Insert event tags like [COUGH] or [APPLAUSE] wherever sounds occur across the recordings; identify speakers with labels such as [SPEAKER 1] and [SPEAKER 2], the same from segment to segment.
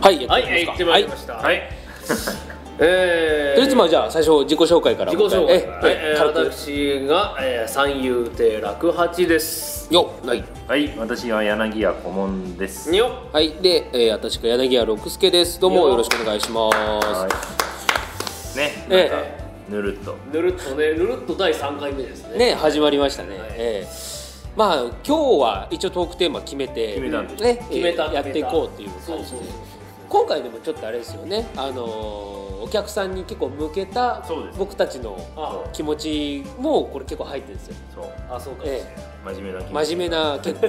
[SPEAKER 1] はいや
[SPEAKER 2] はい、
[SPEAKER 1] っていき
[SPEAKER 2] や
[SPEAKER 1] ま
[SPEAKER 2] っ
[SPEAKER 1] す
[SPEAKER 2] て
[SPEAKER 1] か
[SPEAKER 2] ま
[SPEAKER 1] はいい
[SPEAKER 2] りま
[SPEAKER 1] と
[SPEAKER 2] した。はい。えー
[SPEAKER 1] りあえずまあじゃあ最初自己紹介から
[SPEAKER 2] 自己紹
[SPEAKER 1] え
[SPEAKER 2] 介から、はい
[SPEAKER 1] え
[SPEAKER 2] えー
[SPEAKER 1] 軽く
[SPEAKER 2] 私が、えー、三遊亭楽八です。
[SPEAKER 1] よはい
[SPEAKER 3] はい、私は柳家顧問です。
[SPEAKER 2] にょ。
[SPEAKER 1] はいで、えー、私が柳家六助ですどうもよろしくお願いします
[SPEAKER 3] はい。ね、
[SPEAKER 1] え
[SPEAKER 3] ぬるっと。
[SPEAKER 2] ぬるっとね、ぬるっと第三回目です
[SPEAKER 1] え
[SPEAKER 2] ね。
[SPEAKER 1] ね始まりましたね、
[SPEAKER 2] はい
[SPEAKER 1] ええまあ今日は一応トークテーマ決めて
[SPEAKER 3] 決めたんです
[SPEAKER 1] ね
[SPEAKER 2] 決めた
[SPEAKER 1] えーやっていこうっていう感じ
[SPEAKER 2] そう
[SPEAKER 1] で
[SPEAKER 2] そうそう。
[SPEAKER 1] 今回でもちょっとあれですよねあのーお客さんに結構向けた
[SPEAKER 3] そうです
[SPEAKER 1] 僕たちの
[SPEAKER 2] あ、
[SPEAKER 1] 気持ちもこれ結構入ってるんですよ
[SPEAKER 3] そう、
[SPEAKER 2] あ、そうか。
[SPEAKER 1] え
[SPEAKER 3] 真面目な気持ち。
[SPEAKER 1] 真面目な結構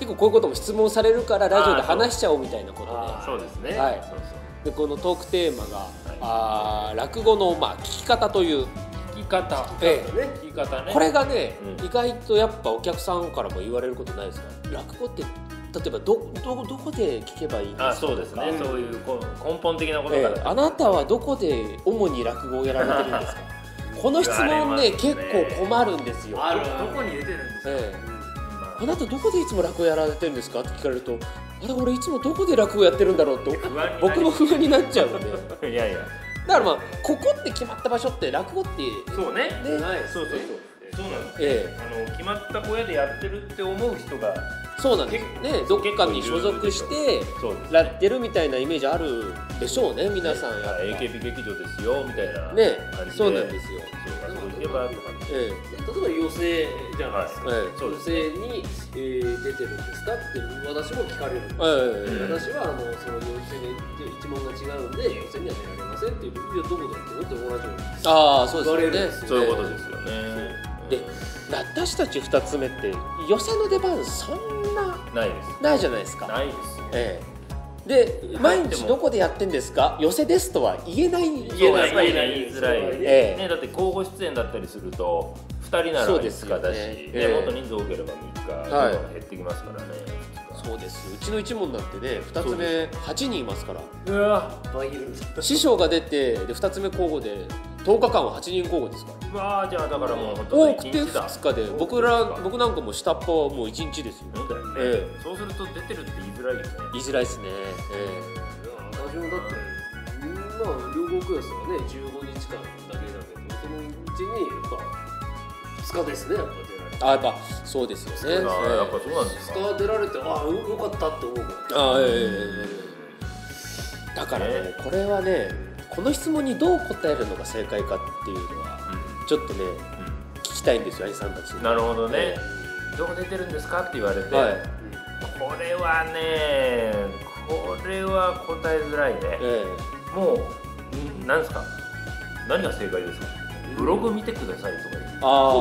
[SPEAKER 1] 結構こういうことも質問されるからラジオで話しちゃおうみたいなこ
[SPEAKER 2] あ
[SPEAKER 1] と
[SPEAKER 3] そうですね。
[SPEAKER 1] はい
[SPEAKER 3] そうそ
[SPEAKER 1] ででこのトークテーマが、あー落語のまあ聞き方という
[SPEAKER 3] う。聞き方。
[SPEAKER 1] ええ
[SPEAKER 3] 聞き方ね。
[SPEAKER 1] これがね、
[SPEAKER 3] うん
[SPEAKER 1] 意外とやっぱお客さんからも言われることないですか落語って例えばどどどこで聞けばいいんですか
[SPEAKER 3] あ、そうですね。
[SPEAKER 1] とか
[SPEAKER 3] そういうこう根本的なこと
[SPEAKER 1] え
[SPEAKER 3] か
[SPEAKER 1] えあ
[SPEAKER 3] ら。
[SPEAKER 1] なたはどこで主に落語をやられてるんですかこの質問ね
[SPEAKER 3] 言
[SPEAKER 1] 結
[SPEAKER 3] われますね
[SPEAKER 1] 構困るんですよ、
[SPEAKER 2] ある
[SPEAKER 4] どこに出てるんですか、
[SPEAKER 1] ええ
[SPEAKER 3] ま
[SPEAKER 1] あなたどこでいつも落語やられてるんですかって聞かれるとあれ俺いつもどこで落語やってるんだろうと
[SPEAKER 3] 不安になり
[SPEAKER 1] 僕も不安になっちゃうのでだか
[SPEAKER 3] あいやいや。
[SPEAKER 1] らまあここって決まった場所って落語って
[SPEAKER 3] そうね。
[SPEAKER 1] ね
[SPEAKER 2] ない
[SPEAKER 3] そうそうそう。そうなんです。
[SPEAKER 1] ええ
[SPEAKER 3] あの決まった小屋でやってるって思う人が
[SPEAKER 1] そうなんですよねどっかに所属して
[SPEAKER 3] そうです
[SPEAKER 1] やってるみたいなイメージあるでしょうね皆さんやっぱ
[SPEAKER 3] AKB 劇場ですよみたいな
[SPEAKER 1] ね
[SPEAKER 3] 感じで
[SPEAKER 1] そうなんですよ
[SPEAKER 3] そうあそこ行けばとか
[SPEAKER 1] え
[SPEAKER 2] 例えば寄席じゃないですか。
[SPEAKER 1] ええ
[SPEAKER 3] そう
[SPEAKER 2] 寄
[SPEAKER 3] ですね
[SPEAKER 2] 席に、えー、出てるんですかって私も聞かれるんですよ。
[SPEAKER 1] えええ
[SPEAKER 3] うん
[SPEAKER 2] 私はあのその寄席で一問が違うので寄席には出られませんっていういやどこでやってるって同じように
[SPEAKER 1] ああそう
[SPEAKER 2] 言われるん
[SPEAKER 1] で
[SPEAKER 2] ですす
[SPEAKER 1] よね
[SPEAKER 3] そういうことですよね
[SPEAKER 1] で私たち2つ目って予選の出番そんな
[SPEAKER 3] ないです
[SPEAKER 1] ないじゃないですか
[SPEAKER 3] ないですよ
[SPEAKER 1] ええ、で毎日どこでやってんですか寄せですとは言えない
[SPEAKER 3] 言えない
[SPEAKER 2] そう
[SPEAKER 3] 言えない言いづらい、
[SPEAKER 2] そう
[SPEAKER 1] ええ
[SPEAKER 3] ね、だって候補出演だったりすると2人な
[SPEAKER 1] そう
[SPEAKER 3] ら
[SPEAKER 1] で
[SPEAKER 3] ですす
[SPEAKER 1] よね
[SPEAKER 3] かだし、
[SPEAKER 1] え
[SPEAKER 3] ね
[SPEAKER 1] え
[SPEAKER 3] もっと人数多ければ3日、
[SPEAKER 1] はい
[SPEAKER 3] どんどん減ってきますからね
[SPEAKER 1] そうですうちの一門なんてね2つ
[SPEAKER 3] そう
[SPEAKER 1] 目8人いますから
[SPEAKER 3] うわ
[SPEAKER 2] いっぱいいるんです
[SPEAKER 1] 師匠が出てで2つ目候補で10日間は8人候補ですから
[SPEAKER 3] うわじゃあだからもう本当
[SPEAKER 1] 多
[SPEAKER 3] に
[SPEAKER 1] くて
[SPEAKER 3] 1日だ
[SPEAKER 1] 2日で僕ら僕なんかもう下っ端はもう1日ですよ
[SPEAKER 3] そうだよね、
[SPEAKER 1] え
[SPEAKER 3] そうすると出てるって言いづらいよね
[SPEAKER 1] 言いづらいですね、え
[SPEAKER 2] 私もだってみんな両国クラスがね15日間だけだけどそのうちにやっぱ2日ですねやっぱ出られて
[SPEAKER 1] えあやっぱそうですよね
[SPEAKER 3] だからやっぱ
[SPEAKER 1] え
[SPEAKER 3] そうなんですか
[SPEAKER 2] 2日出られてああよかったって思うか
[SPEAKER 1] え
[SPEAKER 2] ら
[SPEAKER 1] あええええだからね、
[SPEAKER 3] ね
[SPEAKER 1] これはねこの質問にどう答えるのが正解かっていうのはちょっとね聞きたいんですよ兄さんたち
[SPEAKER 3] う
[SPEAKER 1] に
[SPEAKER 3] んなるほどね、
[SPEAKER 1] え
[SPEAKER 3] どこ出てるんですかって言われて、
[SPEAKER 1] はい
[SPEAKER 3] これはねこれは答えづらいね、
[SPEAKER 1] ええ
[SPEAKER 3] もう、ん、なんですか何が正解ですかブログ見てくださいとか言
[SPEAKER 2] そう
[SPEAKER 3] う
[SPEAKER 2] ねまあ
[SPEAKER 1] あ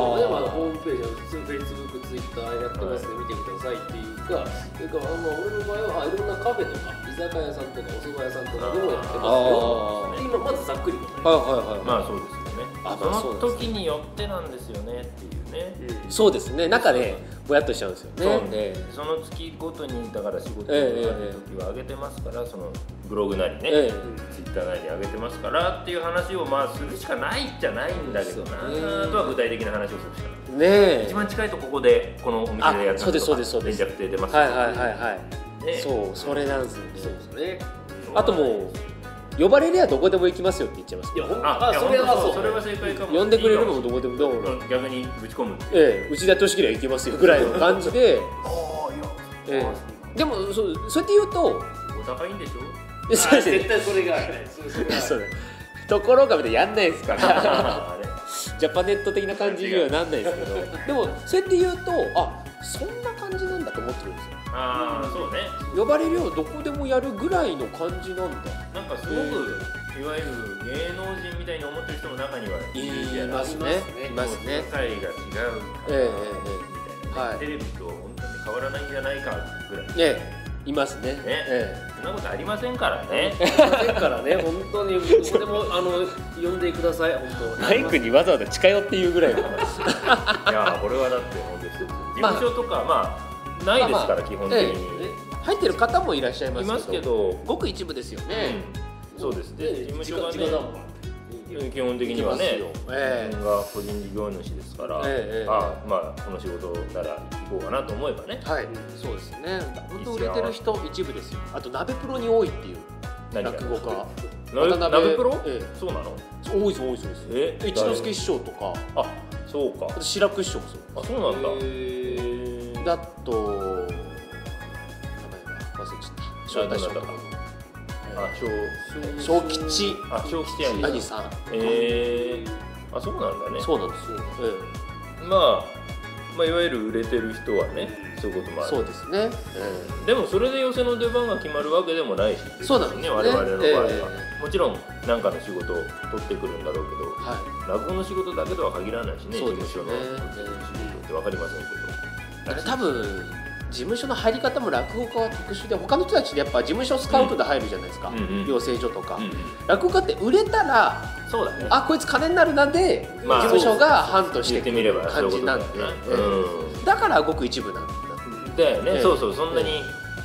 [SPEAKER 2] ホームページは普通 Facebook、Twitter やってますね、見てくださいっていうか、それからあまあ俺の場合はあいろんなカフェとか、居酒屋さんとか、お蕎麦屋さんとかでもやってます
[SPEAKER 1] あ
[SPEAKER 2] よ、今まずざっくり
[SPEAKER 1] あはいはいはい、
[SPEAKER 3] まあそうですよね
[SPEAKER 1] あ
[SPEAKER 3] そ
[SPEAKER 1] まあそう
[SPEAKER 3] の
[SPEAKER 1] ですね
[SPEAKER 3] 時によってなんですよねっていうね、
[SPEAKER 1] そうですねなんかねぼやっとしちゃうんですよね
[SPEAKER 3] そう
[SPEAKER 1] ええ
[SPEAKER 3] その月ごとにだから仕事とか
[SPEAKER 1] ええ
[SPEAKER 3] の
[SPEAKER 1] ええ
[SPEAKER 3] 時は上げてますから、そのブログなりね、
[SPEAKER 1] ええ
[SPEAKER 3] ツイッターなりで上げてますからっていう話をまあするしかないじゃないんだけどな
[SPEAKER 1] そうですね
[SPEAKER 3] あとは具体的な話をするしかない
[SPEAKER 1] ねえ
[SPEAKER 3] 一番近いとここでこのお店でやって
[SPEAKER 1] あそうですそうですそうです
[SPEAKER 3] 連絡で出ます
[SPEAKER 1] はいはいはいはい、
[SPEAKER 3] ね
[SPEAKER 1] そうそれなんですよね
[SPEAKER 2] そうですね。
[SPEAKER 1] あともう呼ばれりゃどこでも行きますよって言っちゃいます
[SPEAKER 2] いや、ほん
[SPEAKER 3] あ
[SPEAKER 2] あ、
[SPEAKER 3] いや
[SPEAKER 2] それは
[SPEAKER 3] 本当
[SPEAKER 2] そう。
[SPEAKER 3] それは正解かも
[SPEAKER 1] 呼んでくれるのもどこでもどこでも、
[SPEAKER 3] 逆にぶち込む
[SPEAKER 1] ええうちでやってほしければ行きますよぐらいの感じで、
[SPEAKER 3] ああいや
[SPEAKER 1] ええ、でもそうそうやって言うと
[SPEAKER 3] お高いんでし
[SPEAKER 1] [LAUGHS]
[SPEAKER 3] ょ
[SPEAKER 1] えそうです
[SPEAKER 2] 絶
[SPEAKER 1] ね
[SPEAKER 2] 対それがある。そうそれがある
[SPEAKER 1] [LAUGHS] そうねところがみたいなやんないですから
[SPEAKER 3] あれ
[SPEAKER 1] ジャパネット的な感じにはなんないですけど [LAUGHS] でもそうやって言うとあそんな感じなんだと思ってるんですよ
[SPEAKER 3] ああそうね
[SPEAKER 1] 呼ばれるよどこでもやるぐらいの感じなんだ
[SPEAKER 3] なんかすごくいわゆる芸能人みたいに思ってる人も中にはいるじゃない
[SPEAKER 1] ますねいますね
[SPEAKER 3] 世界が違うか
[SPEAKER 1] え
[SPEAKER 3] ら
[SPEAKER 1] えええ
[SPEAKER 3] みたいなね
[SPEAKER 1] はい
[SPEAKER 3] テレビと本当に変わらないんじゃないかぐらい
[SPEAKER 1] ええいますねえ
[SPEAKER 3] そんなことありませんから
[SPEAKER 1] [LAUGHS]
[SPEAKER 3] ね
[SPEAKER 2] だからね、本当に、どこでも、あの、呼んでください、本当。
[SPEAKER 1] マイクにわざわざ近寄って言うぐらいの
[SPEAKER 3] いやーこれはだって本当に事務所とかまあないですから基本的
[SPEAKER 1] え
[SPEAKER 3] に
[SPEAKER 1] 入ってる方もいらっしゃいま
[SPEAKER 3] い
[SPEAKER 1] すけど
[SPEAKER 3] ますけど
[SPEAKER 1] ごく一部ですよね、
[SPEAKER 3] うんそうです
[SPEAKER 2] で、事
[SPEAKER 3] で事務
[SPEAKER 2] 務
[SPEAKER 3] 所
[SPEAKER 2] 所
[SPEAKER 3] が
[SPEAKER 2] が、ね、時間だ
[SPEAKER 3] ね
[SPEAKER 2] もん。
[SPEAKER 3] 基本的にはね
[SPEAKER 1] 行きますよええ
[SPEAKER 3] 自分が個人事業主ですから、
[SPEAKER 1] ええ
[SPEAKER 3] あまあこの仕事なら行こうかなと思えばね
[SPEAKER 1] はい、そうですね本当売れてる人一部ですよあと鍋プロに多いっていう
[SPEAKER 3] 何か
[SPEAKER 1] 落語家
[SPEAKER 3] 鍋
[SPEAKER 1] 渡辺
[SPEAKER 3] 鍋プロ、
[SPEAKER 1] ええ
[SPEAKER 3] そうなの
[SPEAKER 1] 多いです多いです多いです
[SPEAKER 3] え
[SPEAKER 1] 一之輔師匠とか
[SPEAKER 3] 誰あそうか
[SPEAKER 1] あと志らく師匠もそう
[SPEAKER 3] あそうなんだ、
[SPEAKER 2] え
[SPEAKER 1] であと名前が忘れちゃった
[SPEAKER 3] あどなた
[SPEAKER 1] 太
[SPEAKER 3] あ小
[SPEAKER 1] えー小吉
[SPEAKER 3] あ小吉兄さん
[SPEAKER 1] 兄さん
[SPEAKER 3] えー、あそうなんだね
[SPEAKER 1] そうなんですよ、
[SPEAKER 3] まあ、まあいわゆる売れてる人はねそういうこと
[SPEAKER 1] え
[SPEAKER 3] も
[SPEAKER 1] え
[SPEAKER 3] あ
[SPEAKER 1] そう
[SPEAKER 3] る
[SPEAKER 1] ですね、え
[SPEAKER 3] でもそれで寄せの出番が決まるわけでもないし
[SPEAKER 1] えそうなんですね
[SPEAKER 3] 我々の場合は、
[SPEAKER 1] え
[SPEAKER 3] もちろん何かの仕事を取ってくるんだろうけど
[SPEAKER 1] えは
[SPEAKER 3] 落語の仕事だけとは限らないしね事
[SPEAKER 1] そうで
[SPEAKER 3] 務
[SPEAKER 1] す
[SPEAKER 3] 所
[SPEAKER 1] ね
[SPEAKER 3] の仕事って分かりませんけ
[SPEAKER 1] いあれ多分事務所の入り方も落語家は特殊で他の人たちってやっぱ事務所スカウトで入るじゃないですか、
[SPEAKER 3] うんうんうん
[SPEAKER 1] 養成所とか、
[SPEAKER 3] ど、
[SPEAKER 1] 落語家って売れたら
[SPEAKER 3] そうだね
[SPEAKER 1] あこいつ金になるなで、
[SPEAKER 3] まあ
[SPEAKER 1] 事務所が半とし
[SPEAKER 3] 言
[SPEAKER 1] て
[SPEAKER 3] ってみればそ
[SPEAKER 1] 感
[SPEAKER 3] ういうこ
[SPEAKER 1] じ
[SPEAKER 3] と
[SPEAKER 1] な
[SPEAKER 3] だ
[SPEAKER 1] ん
[SPEAKER 3] よ
[SPEAKER 1] で
[SPEAKER 3] ね
[SPEAKER 1] ええだからごく一部なんだ
[SPEAKER 3] うんだよね、
[SPEAKER 1] ええ
[SPEAKER 3] そうそうそんなに、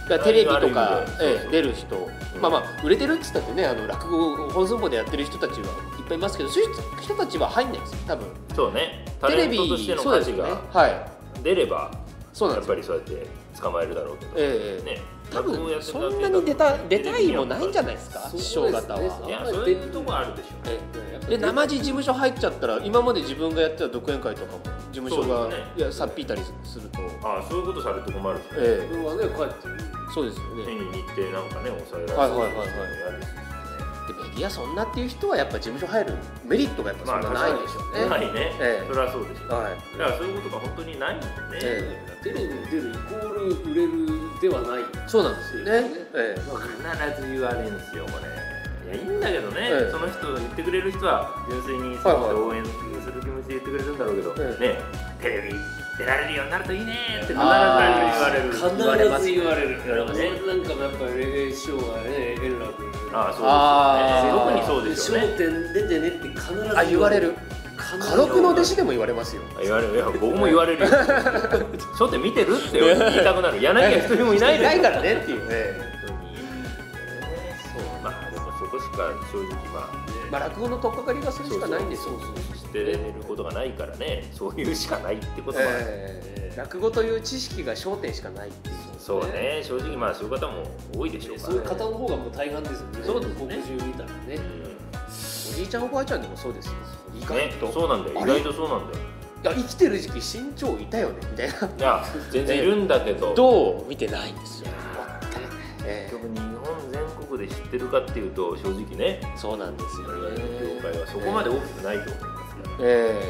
[SPEAKER 1] だからテレビとか、
[SPEAKER 3] ある意味で
[SPEAKER 1] ええ出る人、まあまあ売れてるっつったってねあの落語本相撲でやってる人たちはいっぱいいますけどそういう人たちは入んないんですよ多分
[SPEAKER 3] そうねタ
[SPEAKER 1] テ
[SPEAKER 3] レ
[SPEAKER 1] レ
[SPEAKER 3] ン
[SPEAKER 1] ビ
[SPEAKER 3] トとしての
[SPEAKER 1] そう
[SPEAKER 3] 価
[SPEAKER 1] です
[SPEAKER 3] 値
[SPEAKER 1] よね
[SPEAKER 3] が
[SPEAKER 1] はい
[SPEAKER 3] 出れば、
[SPEAKER 1] そうなん
[SPEAKER 3] や
[SPEAKER 1] で
[SPEAKER 3] っ
[SPEAKER 1] す
[SPEAKER 3] ぱ
[SPEAKER 1] よ
[SPEAKER 3] りそうやって捕まえるだろうけど、
[SPEAKER 1] ええええ
[SPEAKER 3] ね
[SPEAKER 1] 多
[SPEAKER 3] 落語や
[SPEAKER 1] 分
[SPEAKER 3] って
[SPEAKER 1] そ
[SPEAKER 3] たら
[SPEAKER 1] んなに出た出たいもないんじゃないいですか
[SPEAKER 2] そう
[SPEAKER 1] 師
[SPEAKER 2] ですね
[SPEAKER 1] 匠方は。
[SPEAKER 3] いやそういうとこあるでしょ
[SPEAKER 1] ええ
[SPEAKER 2] えやっぱ
[SPEAKER 1] で
[SPEAKER 2] り
[SPEAKER 1] 生地事務所入っちゃったら今まで自分がやってた独演会とかも事務所
[SPEAKER 3] そ
[SPEAKER 1] が、
[SPEAKER 3] うですね
[SPEAKER 1] いやさっぴいたりすると、
[SPEAKER 3] ああそういうことされて困るし、
[SPEAKER 1] え
[SPEAKER 2] 自分はね帰って
[SPEAKER 1] えそうですよね
[SPEAKER 3] 手に日程なんかね抑えられて
[SPEAKER 1] はいはいはいはい
[SPEAKER 3] 嫌ですしね
[SPEAKER 1] でメディアそんなっていう人はやっぱ事務所入るメリットがやっ
[SPEAKER 3] まあ
[SPEAKER 1] ぱそんなないんでしょうね、
[SPEAKER 3] ないね、
[SPEAKER 1] ええ
[SPEAKER 3] それはそうでしょう、
[SPEAKER 1] はい
[SPEAKER 3] だからそういうことが本当にないもんね、
[SPEAKER 1] え
[SPEAKER 2] テレビに出るイコール売れるではない
[SPEAKER 1] そうなんですよね、ええ
[SPEAKER 3] 必ず言われるんですよこれいやいいんだけどね、
[SPEAKER 1] ええ
[SPEAKER 3] その人言ってくれる人は純粋
[SPEAKER 1] はい
[SPEAKER 3] に
[SPEAKER 1] はい
[SPEAKER 3] 応援する気持ちで言ってくれるんだろうけど、
[SPEAKER 1] ええ
[SPEAKER 3] ねテレビ出られるようになるといいねって必ず言わ
[SPEAKER 1] あ
[SPEAKER 3] れる
[SPEAKER 2] 必ず
[SPEAKER 1] 言われます
[SPEAKER 2] 言われる
[SPEAKER 3] 言われますね
[SPEAKER 2] 俺なんかもやっぱりレゲエ師匠がね円楽
[SPEAKER 3] ああそうですよね
[SPEAKER 1] あー
[SPEAKER 3] すごくにそうですよね
[SPEAKER 2] 笑点出てねって必ず
[SPEAKER 1] あ言われる
[SPEAKER 2] 必ず
[SPEAKER 1] 家禄の弟子でも言われますよ
[SPEAKER 3] あ言われるいや僕も言わ [LAUGHS] れるよ「商店見てる?」って言いたくなる柳家一人もい [LAUGHS] ないで
[SPEAKER 1] な
[SPEAKER 3] す
[SPEAKER 1] いからねっていう、え
[SPEAKER 3] 本当にそうまあでもそこしか正直まあ
[SPEAKER 1] え
[SPEAKER 3] ね
[SPEAKER 1] まあ、落語の取っかかりがそれしかないんですよ
[SPEAKER 3] してることがないからねそういうしかないってこともある
[SPEAKER 1] ええ落語という知識が焦点しかないっていう
[SPEAKER 3] そうね正直まあそういう方も多いでしょうか
[SPEAKER 2] そ
[SPEAKER 3] ら
[SPEAKER 2] うい
[SPEAKER 3] ね
[SPEAKER 2] う方の方がもう大半ですよね
[SPEAKER 3] そうですね
[SPEAKER 2] 国中見たらね
[SPEAKER 1] おじいちゃんおばあちゃんでもそうですよ意
[SPEAKER 3] うんね
[SPEAKER 1] 外と、
[SPEAKER 3] そうなんだよ
[SPEAKER 1] あ
[SPEAKER 3] 意
[SPEAKER 1] れ
[SPEAKER 3] 外とそうなんだよ
[SPEAKER 1] いや生きてる時期身長いたよねみたいない [LAUGHS]
[SPEAKER 3] や全然いるんだけど
[SPEAKER 1] どう見てないんです
[SPEAKER 3] い
[SPEAKER 1] よ
[SPEAKER 3] や、
[SPEAKER 1] え
[SPEAKER 3] 結局日本全国で知ってるかっていうと正直ね
[SPEAKER 1] えそうなんです
[SPEAKER 3] 我
[SPEAKER 1] よ
[SPEAKER 3] 々の業
[SPEAKER 1] ね
[SPEAKER 3] 界はそこまで大きくないと思いますから
[SPEAKER 1] え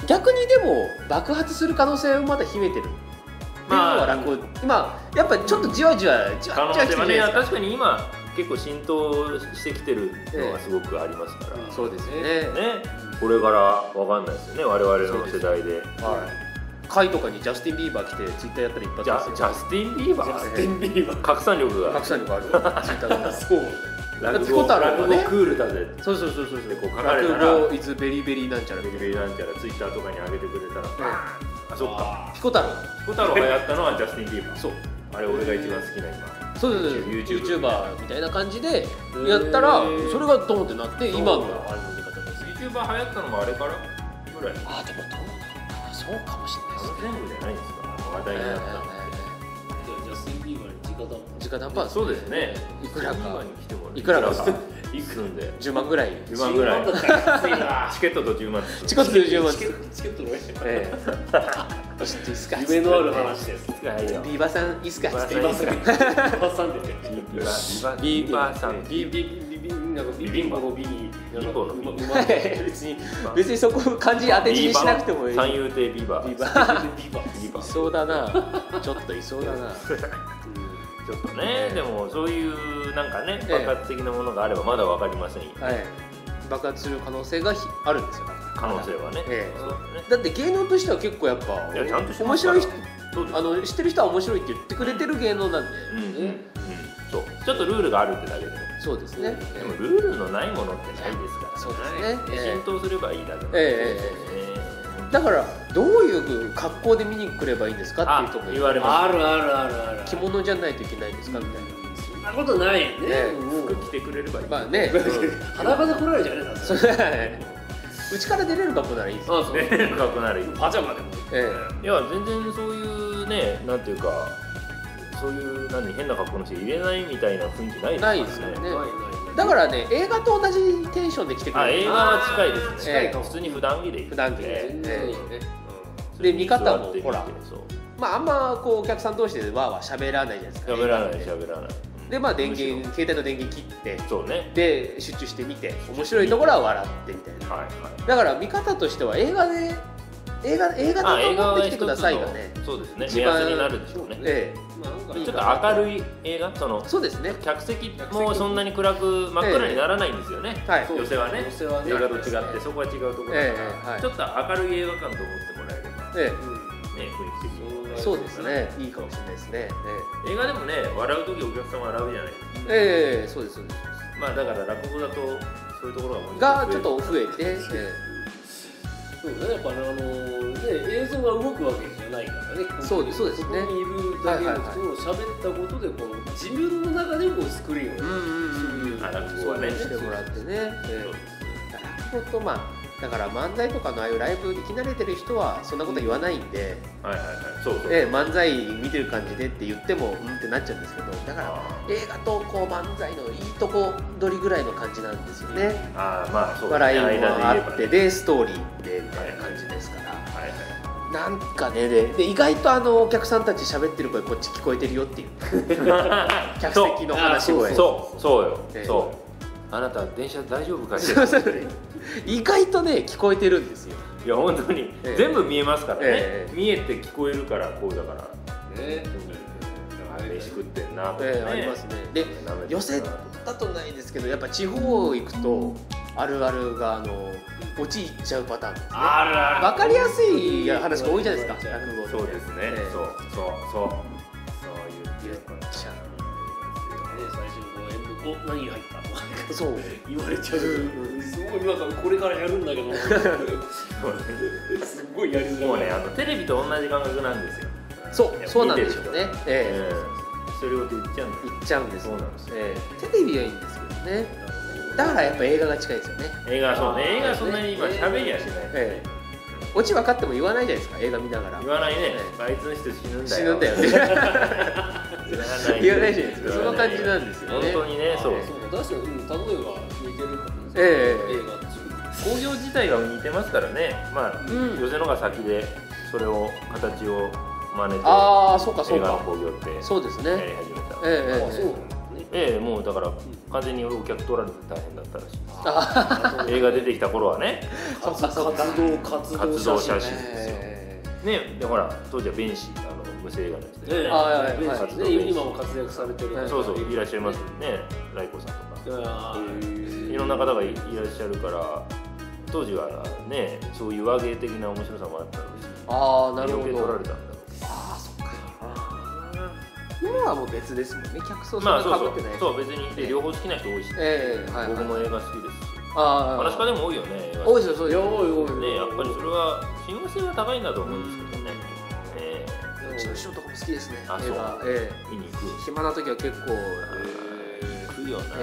[SPEAKER 1] え逆にでも爆発する可能性をまだ秘めてるっていうのは楽、まあ、やっぱりちょっとじわじわ、じ
[SPEAKER 3] 可
[SPEAKER 1] わ
[SPEAKER 3] 能
[SPEAKER 1] じわ来て
[SPEAKER 3] 性
[SPEAKER 1] るじゃ
[SPEAKER 3] は
[SPEAKER 1] ない
[SPEAKER 3] ね
[SPEAKER 1] ですか。
[SPEAKER 3] 確かに今結構浸透してきてるのはすごくありますから、
[SPEAKER 2] え
[SPEAKER 1] そうですよね。
[SPEAKER 3] ね、これからわかんないですよね我々の世代
[SPEAKER 1] は
[SPEAKER 3] で
[SPEAKER 1] い。会とかにジャスティンビーバー来てツイッターやったら一発
[SPEAKER 3] ジャ
[SPEAKER 1] です
[SPEAKER 3] ジ
[SPEAKER 1] よ。
[SPEAKER 3] ャスティン・ビーバ
[SPEAKER 1] ジャ
[SPEAKER 3] ー
[SPEAKER 1] ス
[SPEAKER 2] テンビーバー
[SPEAKER 3] 拡散力が
[SPEAKER 1] 拡散力ある。 [LAUGHS] ツイッターが。そう。
[SPEAKER 3] 落
[SPEAKER 1] ピコ
[SPEAKER 3] 語
[SPEAKER 1] 太郎
[SPEAKER 3] 落
[SPEAKER 1] も
[SPEAKER 3] 語
[SPEAKER 1] ね
[SPEAKER 3] クールだぜ
[SPEAKER 1] そうそうそうそうそう。
[SPEAKER 3] こう書かれたら
[SPEAKER 1] 落語イズベリーベリーなんちゃらみ
[SPEAKER 3] ベ
[SPEAKER 1] たい
[SPEAKER 3] リ
[SPEAKER 1] な。
[SPEAKER 3] ベリなんちゃらツイッターとかに上げてくれたら、あそっか
[SPEAKER 1] ピコ太郎。
[SPEAKER 3] ピコ太郎がやったのはジャスティン・ビーバー
[SPEAKER 1] そう。
[SPEAKER 3] あれ俺が一番好きな今
[SPEAKER 1] そうそうそう。
[SPEAKER 3] YouTube
[SPEAKER 1] YouTuber みたいな感じでやったら
[SPEAKER 3] へえ
[SPEAKER 1] それがドンってなって今のあれの出方です。
[SPEAKER 3] YouTuber 流行ったのもあれからぐらい
[SPEAKER 1] あでもどうなのかな。そうかもしれ
[SPEAKER 3] あ
[SPEAKER 1] ない
[SPEAKER 3] の前後じゃないんですか話題にな
[SPEAKER 1] で
[SPEAKER 3] っ
[SPEAKER 1] すね
[SPEAKER 3] たの。
[SPEAKER 2] ジャスティン・ビーバーに直談判
[SPEAKER 1] 直談判
[SPEAKER 3] そうですね
[SPEAKER 1] いくら
[SPEAKER 3] ジャスティンビーバ
[SPEAKER 1] か
[SPEAKER 3] ーに来てもらう
[SPEAKER 1] いくらか
[SPEAKER 3] いくんで
[SPEAKER 1] 10万ぐらい。
[SPEAKER 3] 10万ぐらい
[SPEAKER 2] 10万だったら安いな
[SPEAKER 3] チケットと10万です
[SPEAKER 1] 近くで10万
[SPEAKER 2] チケットチケットの上
[SPEAKER 1] ええ。知っていいですか。
[SPEAKER 2] 夢のある話です
[SPEAKER 3] いくら入るよ
[SPEAKER 1] ビバさんいいっすか。
[SPEAKER 3] ビバ
[SPEAKER 1] つっ
[SPEAKER 3] さん
[SPEAKER 1] て
[SPEAKER 3] いいっすか
[SPEAKER 2] 挟んでて
[SPEAKER 3] ビバビバさん
[SPEAKER 2] ビビビビなんかビビンバのビに
[SPEAKER 3] ビンバの
[SPEAKER 2] う
[SPEAKER 3] ビ
[SPEAKER 2] まうま
[SPEAKER 1] 別に別にそこ漢字当て字
[SPEAKER 3] ビ
[SPEAKER 1] にしなくてもいい。
[SPEAKER 3] 三遊亭ビバ
[SPEAKER 1] ビバ
[SPEAKER 2] ビバ
[SPEAKER 3] ビバ
[SPEAKER 1] い
[SPEAKER 3] ちょ
[SPEAKER 1] そうだな。ちょっといそうだな。
[SPEAKER 3] っとねでもそういうなんかね
[SPEAKER 1] ええ
[SPEAKER 3] 爆発的なものがあればまだわかりませんよ
[SPEAKER 1] はい。爆発する可能性がひあるんですよ。
[SPEAKER 3] 可能性はね
[SPEAKER 1] ええ
[SPEAKER 3] そうだね
[SPEAKER 1] だって芸能としては結構やっぱ
[SPEAKER 3] いやちゃんとしてま
[SPEAKER 1] 面
[SPEAKER 3] すから
[SPEAKER 1] 白い人
[SPEAKER 3] そうです
[SPEAKER 1] あの知ってる人は面白いって言ってくれてる芸能なんで、
[SPEAKER 3] うんうんうん
[SPEAKER 1] ね
[SPEAKER 3] そうちょっとルールがあるってだけでね
[SPEAKER 1] そうですね。
[SPEAKER 3] でもルールのないものってないですから
[SPEAKER 1] そうですねええ
[SPEAKER 3] 浸透すればいいだけなんで
[SPEAKER 1] ええ
[SPEAKER 3] ね
[SPEAKER 1] だからどういう格好で見に来ればいいんですかっていうとこ
[SPEAKER 3] あ
[SPEAKER 1] ろ
[SPEAKER 3] 言われま
[SPEAKER 2] あるあるあるある
[SPEAKER 1] 着物じゃないといけないんですかみたいな。
[SPEAKER 2] うんそんんなことないね
[SPEAKER 1] ね
[SPEAKER 2] もう
[SPEAKER 3] 服着てくれればいい、
[SPEAKER 1] まあね
[SPEAKER 2] 裸で来られるじゃねえな
[SPEAKER 1] そ
[SPEAKER 2] そ
[SPEAKER 1] れ
[SPEAKER 2] れ
[SPEAKER 1] はねうちから出れる格好ならいいですよ、
[SPEAKER 2] あそう
[SPEAKER 3] ね [LAUGHS] かっこならいい
[SPEAKER 2] パジャマでも
[SPEAKER 1] え
[SPEAKER 3] いや全然そういうねなんていうかそういう何変な格好の人入れないみたいな雰囲気ないです
[SPEAKER 1] ないですよね
[SPEAKER 2] ないない
[SPEAKER 1] えだからね映画と同じテンションで来てく
[SPEAKER 3] あ
[SPEAKER 1] れ
[SPEAKER 3] 映
[SPEAKER 1] る
[SPEAKER 3] 画は近いですね
[SPEAKER 1] ええ
[SPEAKER 3] 普通に普段着でいい
[SPEAKER 1] 普段着で
[SPEAKER 3] え
[SPEAKER 2] 全然いいよね
[SPEAKER 3] え
[SPEAKER 1] で見方も
[SPEAKER 3] 普通に座って見てそう
[SPEAKER 1] まああんまこうお客さん同士でわーわー喋らないじゃないですか
[SPEAKER 3] 喋らない
[SPEAKER 1] で
[SPEAKER 3] 喋らない
[SPEAKER 1] でまあ電源
[SPEAKER 3] むし
[SPEAKER 1] 携帯の電源切って
[SPEAKER 3] ろそうね
[SPEAKER 1] で集中して見て面白いところは笑ってみたいな
[SPEAKER 3] はいはい
[SPEAKER 1] だから見方としては映画で映画映画
[SPEAKER 3] あ
[SPEAKER 1] だと
[SPEAKER 3] 映画
[SPEAKER 1] 思っ
[SPEAKER 3] は
[SPEAKER 1] てき
[SPEAKER 3] 一
[SPEAKER 1] て
[SPEAKER 3] つ
[SPEAKER 1] く
[SPEAKER 3] の
[SPEAKER 1] ださいがね
[SPEAKER 3] そうですね
[SPEAKER 1] 一
[SPEAKER 3] 目
[SPEAKER 1] 番
[SPEAKER 3] 安になるでしょうね
[SPEAKER 1] え
[SPEAKER 2] まあなんか
[SPEAKER 1] え
[SPEAKER 3] ちょっと明
[SPEAKER 2] い
[SPEAKER 3] るい映画その
[SPEAKER 1] えそうですね
[SPEAKER 3] 客席もそんなに暗く真っ暗にならないんですよね、
[SPEAKER 1] はい
[SPEAKER 3] 寄席はね
[SPEAKER 2] 寄席はね
[SPEAKER 3] 映画と違ってそこは違うところだから、
[SPEAKER 1] ええはい
[SPEAKER 3] ちょっと明るい映画館と思ってもらえれば、ね、
[SPEAKER 1] え
[SPEAKER 2] う
[SPEAKER 3] 雰囲気的にも
[SPEAKER 1] え
[SPEAKER 3] ね
[SPEAKER 1] そうですねいいかもしれないですね
[SPEAKER 3] 映画でもね笑う時お客さんは笑うじゃないですか
[SPEAKER 1] ええええそうですそうです
[SPEAKER 3] まあだから落語だとそういうところが
[SPEAKER 1] がちょっと増えて、え
[SPEAKER 2] んそうねやっぱあのーね映像が動くわけじゃないからねここ
[SPEAKER 1] そうですそうですね
[SPEAKER 2] ここにいるだけの
[SPEAKER 1] はいはい
[SPEAKER 2] 人を喋ったことでこの自分の中でこうスクリーンを
[SPEAKER 1] えうんうんうん
[SPEAKER 3] あ落語
[SPEAKER 1] そう
[SPEAKER 3] はね
[SPEAKER 1] してもらってね、え
[SPEAKER 3] そう
[SPEAKER 1] え落語とまあだから漫才とかのああいうライブ行き慣れてる人はそんなこと言わないんで、
[SPEAKER 3] はいはいはいそうそう、
[SPEAKER 1] ええ漫才見てる感じでって言ってもうんってなっちゃうんですけどだから
[SPEAKER 3] あ
[SPEAKER 1] 映画とこう漫才のいいとこ取りぐらいの感じなんですよね、
[SPEAKER 3] ーあーまあそうだね
[SPEAKER 1] 笑いもあっ
[SPEAKER 3] 間
[SPEAKER 1] て
[SPEAKER 3] で言えばね
[SPEAKER 1] でストーリーでみたいな感じですから
[SPEAKER 3] はいはい
[SPEAKER 1] なんかねでで意外とあのお客さんたち喋ってる声こっち聞こえてるよっていう客席の話し声
[SPEAKER 3] そうそうよ、
[SPEAKER 1] ええ
[SPEAKER 3] そうあなた電車大丈夫かし
[SPEAKER 1] そ
[SPEAKER 3] ら
[SPEAKER 1] うそう意外とね聞こえてるんですよ
[SPEAKER 3] いや本当に、
[SPEAKER 1] ええ
[SPEAKER 3] 全部見えますからね、
[SPEAKER 1] ええ
[SPEAKER 3] 見えて聞こえるからこうだから、
[SPEAKER 2] ね
[SPEAKER 3] うん、飯食ってんなとかね、
[SPEAKER 1] ええありますねで
[SPEAKER 3] 舐めてるな
[SPEAKER 1] 寄せだとないですけどやっぱ地方行くとあるあるがあの落ちいっちゃうパターンですね
[SPEAKER 3] あるある
[SPEAKER 1] 分かりやすい話が多いじゃないですか落語って
[SPEAKER 3] そうですね、
[SPEAKER 1] ええ
[SPEAKER 3] そうそうそうそういう
[SPEAKER 1] 言っちゃ
[SPEAKER 2] ね最初の演目お何入ったとか
[SPEAKER 1] うそう
[SPEAKER 2] 言われちゃうすごい今からこれからやるんだけどすっごいやりづらい
[SPEAKER 3] もうねあのテレビと同じ感覚なんですよ
[SPEAKER 1] そうそうなんでしょう
[SPEAKER 3] 見て
[SPEAKER 1] ね
[SPEAKER 3] る人
[SPEAKER 1] ええ
[SPEAKER 3] それを言っちゃうんだよ
[SPEAKER 1] 行っちゃうんです
[SPEAKER 3] そうなんですよ
[SPEAKER 1] ええテレビはいいんですけどねだからやっぱ映画が近いですよね
[SPEAKER 3] 映画はそう
[SPEAKER 2] あー
[SPEAKER 3] ね映画はそんなに今
[SPEAKER 2] ね
[SPEAKER 3] 喋りはしない、
[SPEAKER 1] えオチ分かっても言わないじゃないですか映画見ながら
[SPEAKER 3] 言わないね、
[SPEAKER 1] え
[SPEAKER 3] あいつの人死ぬんだよ
[SPEAKER 1] 死ぬんだよね
[SPEAKER 3] 言わ
[SPEAKER 1] 言わないじゃないですかその感じなんですよね
[SPEAKER 3] 本当にねそう
[SPEAKER 2] そうだ確かにうん例えば似てるかもね
[SPEAKER 1] ええ
[SPEAKER 2] 映画っていうのは
[SPEAKER 3] 工業自体が似てますからねまあ、
[SPEAKER 1] うん
[SPEAKER 3] 寄せのが先でそれを形を真似て
[SPEAKER 1] ああそうかそ
[SPEAKER 3] 映
[SPEAKER 1] う
[SPEAKER 3] 画の
[SPEAKER 1] か
[SPEAKER 3] 興行って
[SPEAKER 1] そうです
[SPEAKER 3] や
[SPEAKER 1] ね
[SPEAKER 3] り始めた、
[SPEAKER 1] え
[SPEAKER 3] え
[SPEAKER 1] え
[SPEAKER 2] あ
[SPEAKER 1] え
[SPEAKER 2] そう
[SPEAKER 1] え
[SPEAKER 2] なんだね
[SPEAKER 3] えもうだから完全にお客取られて大変だったらしい
[SPEAKER 2] あ
[SPEAKER 3] 映画出てきた頃はね
[SPEAKER 1] そうか
[SPEAKER 2] 活
[SPEAKER 1] そうか
[SPEAKER 2] 動活動
[SPEAKER 3] 活動写真
[SPEAKER 1] ええ
[SPEAKER 3] ねでほら当時は弁士あの無声映画のやつで、
[SPEAKER 2] ね
[SPEAKER 1] あはいはい
[SPEAKER 2] ベンチ
[SPEAKER 3] はい
[SPEAKER 2] ね今も活躍されてる方
[SPEAKER 3] そうそういらっしゃいますよね来光さんとか
[SPEAKER 2] あー
[SPEAKER 3] いろんな方がいいらっしゃるから当時はねそういう和芸的な面白さもあったろうし
[SPEAKER 1] ああなるほ
[SPEAKER 3] 余計取ら
[SPEAKER 1] ど
[SPEAKER 3] れたんだろう
[SPEAKER 1] ああそっか今はもう別ですもんね客層そん
[SPEAKER 3] まあ
[SPEAKER 1] な
[SPEAKER 3] そう
[SPEAKER 1] かぶ
[SPEAKER 3] そう
[SPEAKER 1] ってない
[SPEAKER 3] そう別にで両方好きな人多いし、
[SPEAKER 1] ええはいはい
[SPEAKER 3] 僕も映画好きですし
[SPEAKER 1] あ
[SPEAKER 3] 話し家
[SPEAKER 1] で
[SPEAKER 3] でも多いよね映画
[SPEAKER 1] 多いですよそうですよ
[SPEAKER 2] 多い多い多い
[SPEAKER 3] ねやっぱりそれは信用性は高いんだと思うんですけどね、え
[SPEAKER 1] うちの師匠とかも好きですね
[SPEAKER 3] あそう
[SPEAKER 1] 映画ええ
[SPEAKER 3] ー見に行く
[SPEAKER 1] 暇な時は結構
[SPEAKER 3] 行くよな、
[SPEAKER 1] え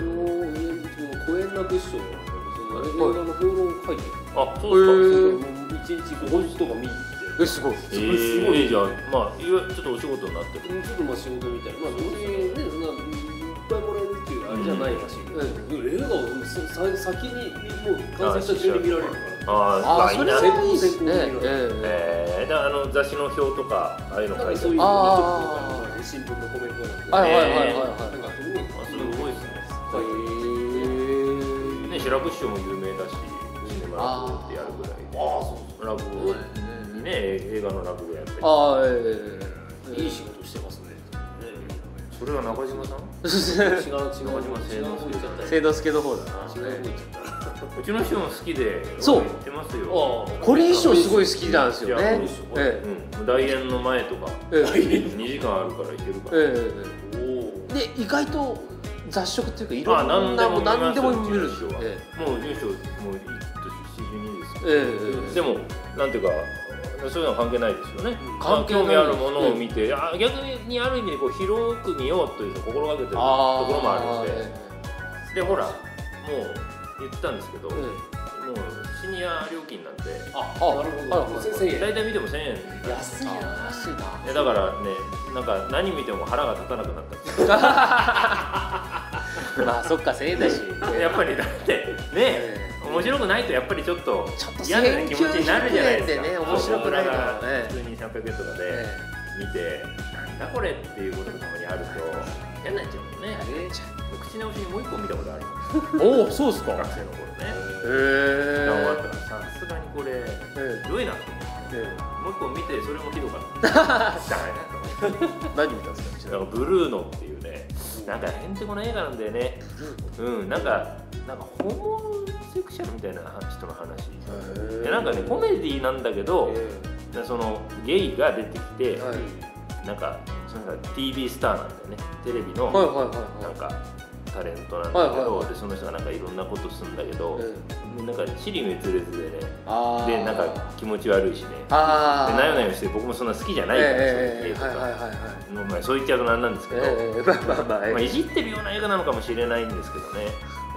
[SPEAKER 3] 映
[SPEAKER 2] その公演な物証その映画の評論を書いてる
[SPEAKER 3] 画あそうですか、
[SPEAKER 2] 一日5日とか見に行って
[SPEAKER 1] えすごい
[SPEAKER 3] え
[SPEAKER 2] すごいすごい
[SPEAKER 3] えーじゃあまあいわゆるちょっとお仕事になってる
[SPEAKER 2] ちょっとまあ仕事みたいなまあ別にねそんないっぱいもらえるっていうあれじゃないらしいけど、映画をもうさ先にもう完成した順に見られるから
[SPEAKER 3] ああ
[SPEAKER 1] ああ
[SPEAKER 3] いい
[SPEAKER 1] それ
[SPEAKER 3] な
[SPEAKER 1] はいいですね
[SPEAKER 2] 先行先行
[SPEAKER 1] ええ
[SPEAKER 3] えー、だからあの雑誌の表とかああいうの
[SPEAKER 2] なん
[SPEAKER 3] 書い
[SPEAKER 2] か
[SPEAKER 3] て
[SPEAKER 2] そ
[SPEAKER 3] あ
[SPEAKER 2] うい
[SPEAKER 3] る
[SPEAKER 2] う
[SPEAKER 3] あ
[SPEAKER 1] あー
[SPEAKER 2] 新聞のコメントなんで、
[SPEAKER 1] はいはいはい
[SPEAKER 3] ええ
[SPEAKER 1] はい
[SPEAKER 2] な
[SPEAKER 1] は
[SPEAKER 2] んかそういうのが
[SPEAKER 3] すごいですね
[SPEAKER 1] いへえ
[SPEAKER 3] ね白く師匠も有名だしシネマラブってやるぐらいで
[SPEAKER 2] ああそう
[SPEAKER 3] ラブをにね映画のラブをやったり
[SPEAKER 1] ああええ
[SPEAKER 2] いい仕事してますね。
[SPEAKER 3] それは中島さん
[SPEAKER 2] 違う違う違う違う違う
[SPEAKER 1] 聖之助の方だな
[SPEAKER 2] 違う
[SPEAKER 3] うちの師匠も好きで
[SPEAKER 1] そう
[SPEAKER 3] 言ってますよ
[SPEAKER 1] これ以上すごい好きなんですよ
[SPEAKER 3] いや
[SPEAKER 1] ね
[SPEAKER 3] そう
[SPEAKER 2] ですよ
[SPEAKER 1] え
[SPEAKER 3] うん、大円の前とか
[SPEAKER 1] えええ
[SPEAKER 3] 2時間あるから行けるから、
[SPEAKER 1] えええ
[SPEAKER 2] おお。
[SPEAKER 1] で意外と雑食っていうかい
[SPEAKER 3] ま
[SPEAKER 1] ろ
[SPEAKER 3] あ
[SPEAKER 1] んなも
[SPEAKER 3] 何でも
[SPEAKER 1] の何でも見
[SPEAKER 3] 見
[SPEAKER 1] るん
[SPEAKER 3] るで
[SPEAKER 1] です
[SPEAKER 3] しょ
[SPEAKER 1] よ、え
[SPEAKER 3] もう住所もういい年72です
[SPEAKER 1] えええ
[SPEAKER 3] でもなんていうかそういうのは関係ないですよね
[SPEAKER 2] うん
[SPEAKER 1] 関係ない
[SPEAKER 3] 興味あるものを見て、あ逆にある意味でこう広く見ようというのを心がけてるとこ
[SPEAKER 1] あー
[SPEAKER 3] ろもあるの
[SPEAKER 2] はいはい
[SPEAKER 3] ででほらもう言ってたんですけど、
[SPEAKER 2] う
[SPEAKER 3] もうんシニア料金なんて
[SPEAKER 1] あ
[SPEAKER 2] あ
[SPEAKER 1] あ
[SPEAKER 2] なるほど
[SPEAKER 1] あ
[SPEAKER 2] 先生
[SPEAKER 3] 大体見ても1000円
[SPEAKER 2] 安いな
[SPEAKER 1] あ安いな
[SPEAKER 3] えだからねなんか何見ても腹が立たなくなった
[SPEAKER 1] まあそっか1000円だし
[SPEAKER 3] やっぱりだってね面白くないとやっぱりちょっと
[SPEAKER 1] ちょっと
[SPEAKER 3] 嫌な気持ちになるじゃないです
[SPEAKER 1] 1900円で
[SPEAKER 3] か
[SPEAKER 1] ね面白くないのはね
[SPEAKER 3] 僕らが普通に300円とかで
[SPEAKER 1] え
[SPEAKER 3] 見てなんだこれっていうことがたまにあると嫌になっちゃうもんね
[SPEAKER 1] え
[SPEAKER 3] 口直しにもう一個見たことある
[SPEAKER 1] おおそうっすかへ
[SPEAKER 3] 学生の頃ね時間終わった
[SPEAKER 1] え
[SPEAKER 3] らさすがにこれ
[SPEAKER 1] え
[SPEAKER 3] ひどいなと思っ
[SPEAKER 1] え
[SPEAKER 3] てもう一個見てそれもひどかった
[SPEAKER 1] [LAUGHS]
[SPEAKER 3] ダメだと思って
[SPEAKER 1] 何見たんですかちな
[SPEAKER 3] な
[SPEAKER 1] み
[SPEAKER 3] ん
[SPEAKER 1] に
[SPEAKER 3] かブルーノっていうねなんかへんてこな映画なんだよねうんなんかなんかホモセクシャルみたいな人の話でなんかねコメディなんだけどそのゲイが出てきて
[SPEAKER 1] はい
[SPEAKER 3] なんかその人が TV スターなんだよねテレビの
[SPEAKER 1] はいはいはい
[SPEAKER 3] な
[SPEAKER 1] は
[SPEAKER 3] ん
[SPEAKER 1] い
[SPEAKER 3] かタレントなんだけ
[SPEAKER 1] はいはい
[SPEAKER 3] ど
[SPEAKER 1] はい
[SPEAKER 3] でその人がなんかいろんなことするんだけど
[SPEAKER 1] うん
[SPEAKER 3] でなんか尻滅裂でね
[SPEAKER 1] あー
[SPEAKER 3] でなんか気持ち悪いしねで
[SPEAKER 1] ああ
[SPEAKER 3] なよなよして僕もそんな好きじゃないからそういう
[SPEAKER 1] え
[SPEAKER 3] ゲイ
[SPEAKER 1] え
[SPEAKER 3] と
[SPEAKER 1] ええはいはい
[SPEAKER 3] か
[SPEAKER 1] はいはい
[SPEAKER 3] もうまあそう言っちゃうとなんなんですけど
[SPEAKER 1] ええまあまあまあえ
[SPEAKER 3] まあ、
[SPEAKER 1] え
[SPEAKER 3] いじってるような映画なのかもしれないんですけどね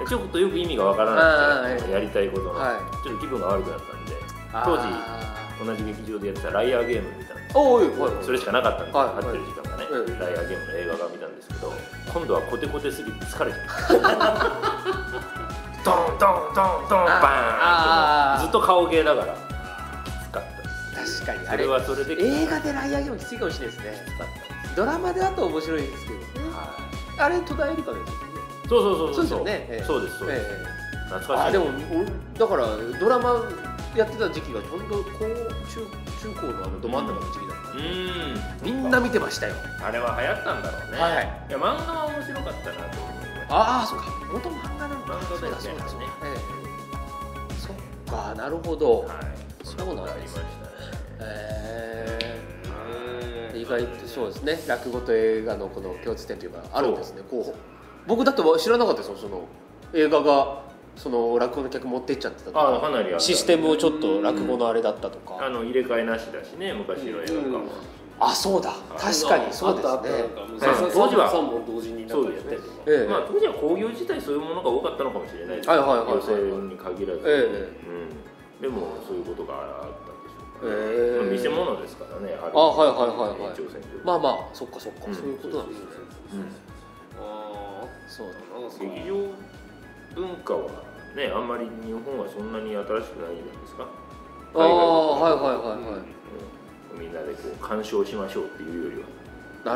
[SPEAKER 3] ちょっとよく意味がわからなく
[SPEAKER 1] ああ
[SPEAKER 3] て、
[SPEAKER 1] ええ
[SPEAKER 3] やりたいことが、
[SPEAKER 1] は
[SPEAKER 3] ちょっと気分が悪くなったんで当時
[SPEAKER 1] あ
[SPEAKER 3] 同じ劇場でやってた「ライアーゲーム」見たんで
[SPEAKER 1] ーおいおいおい
[SPEAKER 3] すそれしかなかったんで、
[SPEAKER 1] はい
[SPEAKER 3] 張ってる時間がね、
[SPEAKER 1] うん
[SPEAKER 3] ライアーゲームの映画が見たんですけど今度はコテコテすぎて疲れちゃった
[SPEAKER 1] [LAUGHS]
[SPEAKER 3] ドンドンドンドンバーン
[SPEAKER 1] ああ
[SPEAKER 3] ってずっと顔芸だからきつかったです
[SPEAKER 1] 確かにあ
[SPEAKER 3] そ
[SPEAKER 1] れ
[SPEAKER 3] れはそれできつ
[SPEAKER 1] 映
[SPEAKER 3] か
[SPEAKER 1] 画
[SPEAKER 3] っ
[SPEAKER 1] でライアーゲームきついかもしれないですね
[SPEAKER 3] たです
[SPEAKER 1] ドラマであと面白いですけどね
[SPEAKER 3] はい
[SPEAKER 1] あれ戸田恵梨香ですよね
[SPEAKER 3] そうそうそうそう
[SPEAKER 1] そうですよねええ
[SPEAKER 3] そうですそうです、
[SPEAKER 1] ええ
[SPEAKER 3] 懐かし
[SPEAKER 1] あ
[SPEAKER 3] い
[SPEAKER 1] でも俺だからドラマやってた時期がちょうど高中中高のあのど真ん中の時期だっ
[SPEAKER 3] うーん
[SPEAKER 1] た、みんな見てましたよ
[SPEAKER 3] あれは流行ったんだろうね、
[SPEAKER 1] はい
[SPEAKER 3] や漫画は面白かったなと思うね
[SPEAKER 1] ああそうか元漫画なんだ
[SPEAKER 3] 漫画だよね
[SPEAKER 1] そうだそうだ
[SPEAKER 3] あ
[SPEAKER 1] ええそっかなるほど、
[SPEAKER 3] はい
[SPEAKER 1] そうなん
[SPEAKER 3] あり
[SPEAKER 1] で
[SPEAKER 3] ますしたね
[SPEAKER 1] え
[SPEAKER 2] うん
[SPEAKER 1] え意外とそうですね落語と映画のこの共通点というかあるんですねこう僕だって知らなかったですよその映画がその落語の客持ってっちゃってたと
[SPEAKER 3] あ
[SPEAKER 1] か
[SPEAKER 3] かなりある
[SPEAKER 1] システムをちょっと落語のあれだったとか、
[SPEAKER 3] あの入れ替えなしだしね昔の映画館は、
[SPEAKER 1] あそうだ確かにそうですね
[SPEAKER 3] はい当時は
[SPEAKER 2] 3本同時になんかやったりとか
[SPEAKER 1] ええ
[SPEAKER 3] まあ、当時は興行自体そういうものが多かったのかもしれないです
[SPEAKER 1] はいはいはいはい
[SPEAKER 3] 寄席に限らず、
[SPEAKER 1] え
[SPEAKER 3] うん、でもそういうことがあったんでしょうか、ね
[SPEAKER 1] ええ
[SPEAKER 3] まあ見せ物ですからねある
[SPEAKER 1] あはいはいはいはい
[SPEAKER 3] 延長線上
[SPEAKER 1] まあまあそっかそっか、
[SPEAKER 3] うん
[SPEAKER 1] そういうことなんですね
[SPEAKER 3] う、
[SPEAKER 2] あ
[SPEAKER 1] そうだ
[SPEAKER 2] あなんかそうん
[SPEAKER 3] 劇場文化はねあんまり日本はそんなに新しくないじゃないですか
[SPEAKER 1] ああはいはいはいはい、
[SPEAKER 3] うんみんなでこう鑑賞しましょうっていうよりは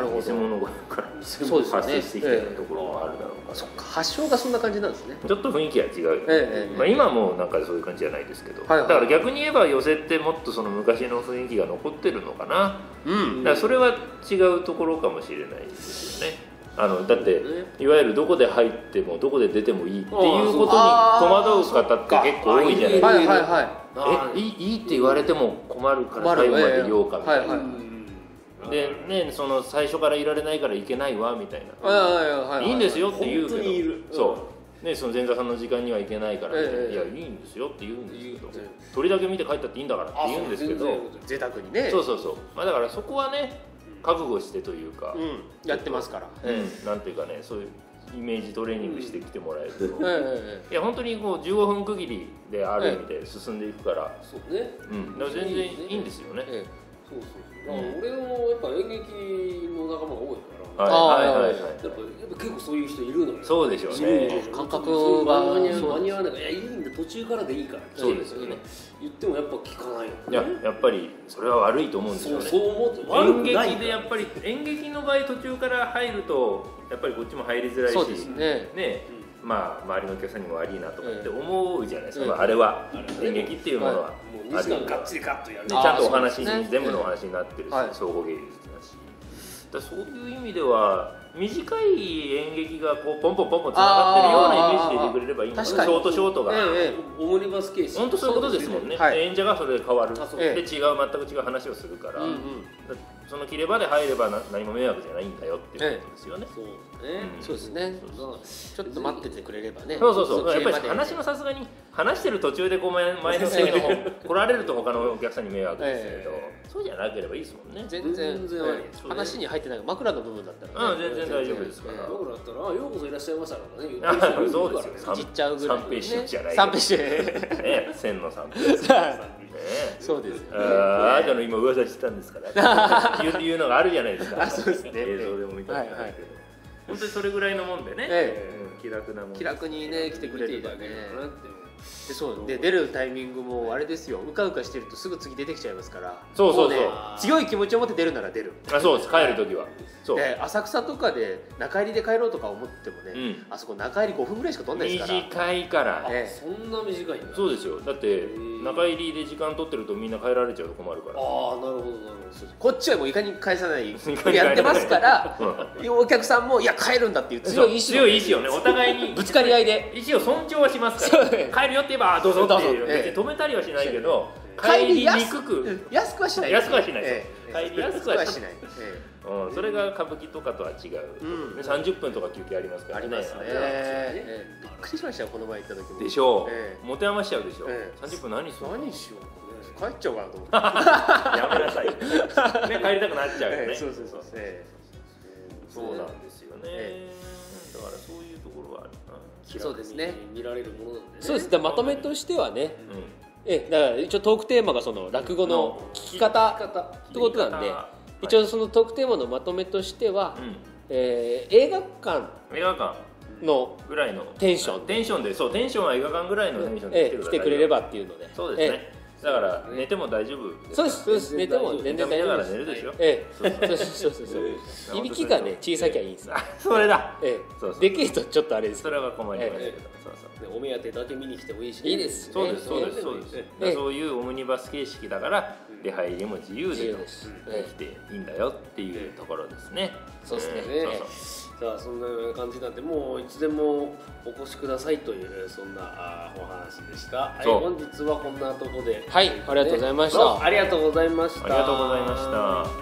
[SPEAKER 1] なるほど
[SPEAKER 3] 偽物から
[SPEAKER 1] そうですよ
[SPEAKER 3] 発
[SPEAKER 1] ね
[SPEAKER 3] 生してきてるところもあるだろうから、
[SPEAKER 1] そっか発祥がそんな感じなんですね
[SPEAKER 3] ちょっと雰囲気は違うよね、
[SPEAKER 1] ええええ
[SPEAKER 3] まあ、今もなんかそういう感じじゃないですけど、
[SPEAKER 1] はいはい
[SPEAKER 3] だから逆に言えば寄席ってもっとその昔の雰囲気が残ってるのかな、
[SPEAKER 1] うん
[SPEAKER 3] だからそれは違うところかもしれないですよねあのだって
[SPEAKER 2] ね
[SPEAKER 3] いわゆるどこで入ってもどこで出てもいいっていうことに戸
[SPEAKER 1] ああ
[SPEAKER 3] 惑う方って結構多いじゃないで
[SPEAKER 2] そ
[SPEAKER 3] すか
[SPEAKER 1] は
[SPEAKER 2] っか
[SPEAKER 1] いはいはい
[SPEAKER 2] あ
[SPEAKER 3] えいいいいって言われても困るから
[SPEAKER 1] 困る
[SPEAKER 3] 最後までいようかみたいな、
[SPEAKER 1] ええはいはい
[SPEAKER 3] でねその最初からいられないからいけないわみたいな、
[SPEAKER 1] はいはいはいはい
[SPEAKER 3] いいんですよって言う
[SPEAKER 2] 本
[SPEAKER 3] けど
[SPEAKER 2] 当にいる
[SPEAKER 3] そうねその前座さんの時間にはいけないから、
[SPEAKER 1] ええ
[SPEAKER 3] いやいいんですよって言うんですけど、
[SPEAKER 2] 言う
[SPEAKER 3] 鳥だけ見て帰ったっていいんだからって言うんですけど
[SPEAKER 1] 贅沢にね
[SPEAKER 3] そうそうそうまあだからそこはね覚悟してというか、
[SPEAKER 1] うん、やってますから
[SPEAKER 3] うんなんていうかねそういうイメージトレーニングしてきてもらえると、
[SPEAKER 1] え
[SPEAKER 3] い
[SPEAKER 1] え
[SPEAKER 3] や本当にこう15分区切りである意味で進んでいくから、
[SPEAKER 2] そうね
[SPEAKER 3] うん、だから全然いいんですよね
[SPEAKER 1] えええ
[SPEAKER 2] そうそうそうだから俺もやっぱ演劇の仲間が多いから
[SPEAKER 3] はい
[SPEAKER 1] ああ
[SPEAKER 3] はいはいはい
[SPEAKER 2] やっぱやっぱ結構そういう人いるのよ
[SPEAKER 3] そうでしょうね
[SPEAKER 1] 感覚が
[SPEAKER 2] そういう
[SPEAKER 1] そう
[SPEAKER 2] 間に合わないからいやいいんだ途中からでいいから
[SPEAKER 3] そうですよね
[SPEAKER 2] 言ってもやっぱ聞かないよね
[SPEAKER 3] いややっぱりそれは悪いと思うんです
[SPEAKER 2] そ
[SPEAKER 3] よ
[SPEAKER 2] う
[SPEAKER 3] ね
[SPEAKER 2] そう思って悪
[SPEAKER 3] 演
[SPEAKER 2] くない
[SPEAKER 3] 劇でやっぱり演劇の場合途中から入るとやっぱりこっちも入りづら
[SPEAKER 1] え
[SPEAKER 3] いし
[SPEAKER 1] そうですね
[SPEAKER 3] ね
[SPEAKER 2] うん
[SPEAKER 3] まあ周りのお客さんにも悪いなとかって
[SPEAKER 1] え
[SPEAKER 3] 思うじゃないですか、
[SPEAKER 1] ええ
[SPEAKER 3] まあ、あれは
[SPEAKER 2] あれはね
[SPEAKER 3] 演劇っていうものは、
[SPEAKER 2] もう2時間がっちりガッとやる
[SPEAKER 3] ち
[SPEAKER 1] あ
[SPEAKER 3] ゃんとお
[SPEAKER 1] そ
[SPEAKER 3] 話
[SPEAKER 1] う
[SPEAKER 3] に、
[SPEAKER 1] ですね
[SPEAKER 3] 全部のお話になってるし、
[SPEAKER 1] はい
[SPEAKER 3] 総合芸術だしだからそういう意味では短い演劇がこうポンポンポンポンつながってるようなイメージでいてくれればいいのかなシ
[SPEAKER 1] あー
[SPEAKER 3] ョ
[SPEAKER 1] あーあー
[SPEAKER 3] ートショートが、
[SPEAKER 1] え
[SPEAKER 2] オムニバス形式
[SPEAKER 3] 本当そういうことですもんね、
[SPEAKER 1] はい
[SPEAKER 3] 演者がそれで変わる
[SPEAKER 2] あそう
[SPEAKER 3] で違う全く違う話をするか
[SPEAKER 1] え
[SPEAKER 3] ら、
[SPEAKER 1] うん
[SPEAKER 3] その切れ場で入ればな何も迷惑じゃないんだよっていうことですよね、
[SPEAKER 2] そうね
[SPEAKER 1] うんそうですねちょっと待っててくれればね
[SPEAKER 3] そうそうそうやっぱり
[SPEAKER 1] 切れまで
[SPEAKER 3] 話のさすがに話してる途中でごめん前の席の方来られると他のお客さんに迷惑ですけど、
[SPEAKER 1] え
[SPEAKER 3] そうじゃなければいいですもんね
[SPEAKER 1] 全然
[SPEAKER 2] 全然あり
[SPEAKER 1] ええ
[SPEAKER 2] そうね
[SPEAKER 1] 話に入ってない枕の部分だったら、
[SPEAKER 3] うん全然大丈夫ですから
[SPEAKER 2] 僕らだったら「あようこそいらっしゃいました」とかね言って
[SPEAKER 3] あそうですよ
[SPEAKER 2] ね
[SPEAKER 3] 三
[SPEAKER 1] ちっちゃうぐらい
[SPEAKER 3] 三平師じゃない
[SPEAKER 1] 三平師
[SPEAKER 3] ね千の三平
[SPEAKER 1] [LAUGHS]
[SPEAKER 3] ね
[SPEAKER 1] そうですよ
[SPEAKER 3] ああなたの今噂してたんで
[SPEAKER 1] [LAUGHS]
[SPEAKER 3] すから言ういうのがあるじゃないですか
[SPEAKER 1] あそうですね
[SPEAKER 3] 映像でも見たことあるけど本当にそれぐらいのもんでね、
[SPEAKER 1] え
[SPEAKER 3] うん気楽なもん
[SPEAKER 1] 気楽にね来てくれればね
[SPEAKER 2] なって
[SPEAKER 1] でそうで出るタイミングもあれですようかうかしてるとすぐ次出てきちゃいますから
[SPEAKER 3] そうそうそう
[SPEAKER 1] もね強い気持ちを持って出るなら出る
[SPEAKER 3] あそうです帰る時はそう、
[SPEAKER 1] で浅草とかで中入りで帰ろうとか思ってもね、
[SPEAKER 3] うん
[SPEAKER 1] あそこ中入り5分ぐらいしか取んないですから
[SPEAKER 3] 短いから
[SPEAKER 1] ええ
[SPEAKER 2] そんな短いんだ
[SPEAKER 3] そうですよだって
[SPEAKER 2] ー
[SPEAKER 3] 中入りで時間取ってるとみんな帰られちゃうと困るから
[SPEAKER 2] ああなるほどなるほど
[SPEAKER 1] こっちはもういかに返さない
[SPEAKER 3] [LAUGHS] さない
[SPEAKER 1] やってますから
[SPEAKER 3] うん
[SPEAKER 1] お客さんもいや帰るんだっていう強い意志
[SPEAKER 3] 強い意志をねお互いに
[SPEAKER 1] ぶつかり合いで
[SPEAKER 3] 意思を尊重はしますから、
[SPEAKER 1] そう
[SPEAKER 3] 帰るよって言えばあどうぞってい
[SPEAKER 1] ど
[SPEAKER 3] う
[SPEAKER 1] うぞええ
[SPEAKER 3] 別に止めたりはしないけど
[SPEAKER 1] 帰
[SPEAKER 3] 帰
[SPEAKER 1] り
[SPEAKER 3] り
[SPEAKER 1] や
[SPEAKER 3] に
[SPEAKER 1] す
[SPEAKER 3] くく、
[SPEAKER 1] 安くはしない
[SPEAKER 3] 安くはしないで
[SPEAKER 1] え
[SPEAKER 3] す
[SPEAKER 1] え
[SPEAKER 3] 帰りやすくはし
[SPEAKER 1] ない、え
[SPEAKER 3] うん、それが歌舞伎とかとは違う、
[SPEAKER 1] うん
[SPEAKER 3] ね30分とか休憩あります
[SPEAKER 1] え
[SPEAKER 3] から
[SPEAKER 1] あ
[SPEAKER 3] ね
[SPEAKER 1] りますね、
[SPEAKER 3] あれは
[SPEAKER 1] ええびっくりしましたよこの前行った時も
[SPEAKER 3] でしょう、
[SPEAKER 1] ええ
[SPEAKER 3] 持て余しちゃうでしょ、
[SPEAKER 1] ええ
[SPEAKER 3] 30分何する
[SPEAKER 1] 何しようかね帰っちゃおうかなと思って、
[SPEAKER 3] やめ
[SPEAKER 1] [LAUGHS]
[SPEAKER 3] なさい、ね、帰りたくなっちゃうよね、
[SPEAKER 1] ええそうそうそう、え
[SPEAKER 3] そうなんですよね、
[SPEAKER 1] え
[SPEAKER 3] だからそういうところはあるな
[SPEAKER 2] 気楽に
[SPEAKER 1] そうですね
[SPEAKER 2] 見られるものなんで
[SPEAKER 1] え
[SPEAKER 2] ね
[SPEAKER 1] そうですでまとめとしてはね、
[SPEAKER 3] うん
[SPEAKER 1] ええだから一応トークテーマがその落語の聞き方ってことなんで、一応そのトークテーマのまとめとしては、
[SPEAKER 3] う
[SPEAKER 1] えー映画館
[SPEAKER 3] ん、映画館
[SPEAKER 1] の
[SPEAKER 3] ぐらいの
[SPEAKER 1] テンション
[SPEAKER 3] テンションでそうテンションは映画館ぐらいのテンションで
[SPEAKER 1] えー来てくれればっていうので
[SPEAKER 3] そうです
[SPEAKER 1] え
[SPEAKER 3] ね、だから寝ても大丈夫
[SPEAKER 1] ーそうですそうです寝
[SPEAKER 2] 全
[SPEAKER 1] て
[SPEAKER 2] 然
[SPEAKER 1] も
[SPEAKER 2] 大丈夫
[SPEAKER 1] 全
[SPEAKER 3] 寝
[SPEAKER 1] 然大
[SPEAKER 3] なが
[SPEAKER 1] 丈夫
[SPEAKER 3] ら
[SPEAKER 1] です
[SPEAKER 3] 寝るでしょ、
[SPEAKER 1] ええそうそうそうそうそう [LAUGHS] いびきがね小さきゃいいん [LAUGHS] ですよ
[SPEAKER 3] あ [LAUGHS] それだ
[SPEAKER 1] ええ
[SPEAKER 3] そうそう
[SPEAKER 1] でけえとちょっとあれです
[SPEAKER 3] それは困りますけど、
[SPEAKER 2] え
[SPEAKER 3] そうそう
[SPEAKER 2] ねお目当てだけ見に来てもいいし、
[SPEAKER 1] いいです
[SPEAKER 3] そうです、
[SPEAKER 1] え
[SPEAKER 3] そうです、そうです、
[SPEAKER 2] え
[SPEAKER 3] だからそういうオムニバス形式だから、
[SPEAKER 2] うん
[SPEAKER 3] 出入りも自由
[SPEAKER 1] 自
[SPEAKER 3] で
[SPEAKER 1] 由です
[SPEAKER 3] で
[SPEAKER 1] え
[SPEAKER 3] きていいんだよっていうところですね、
[SPEAKER 1] そうですね
[SPEAKER 3] んそう
[SPEAKER 2] さあそんな感じなんでもういつでもお越しくださいというそんなあーお話でした、はい、
[SPEAKER 3] そう
[SPEAKER 2] 本日はこんなとこで
[SPEAKER 1] はいありがとうございました
[SPEAKER 2] どうもありがとうございました
[SPEAKER 3] そうありがとうございました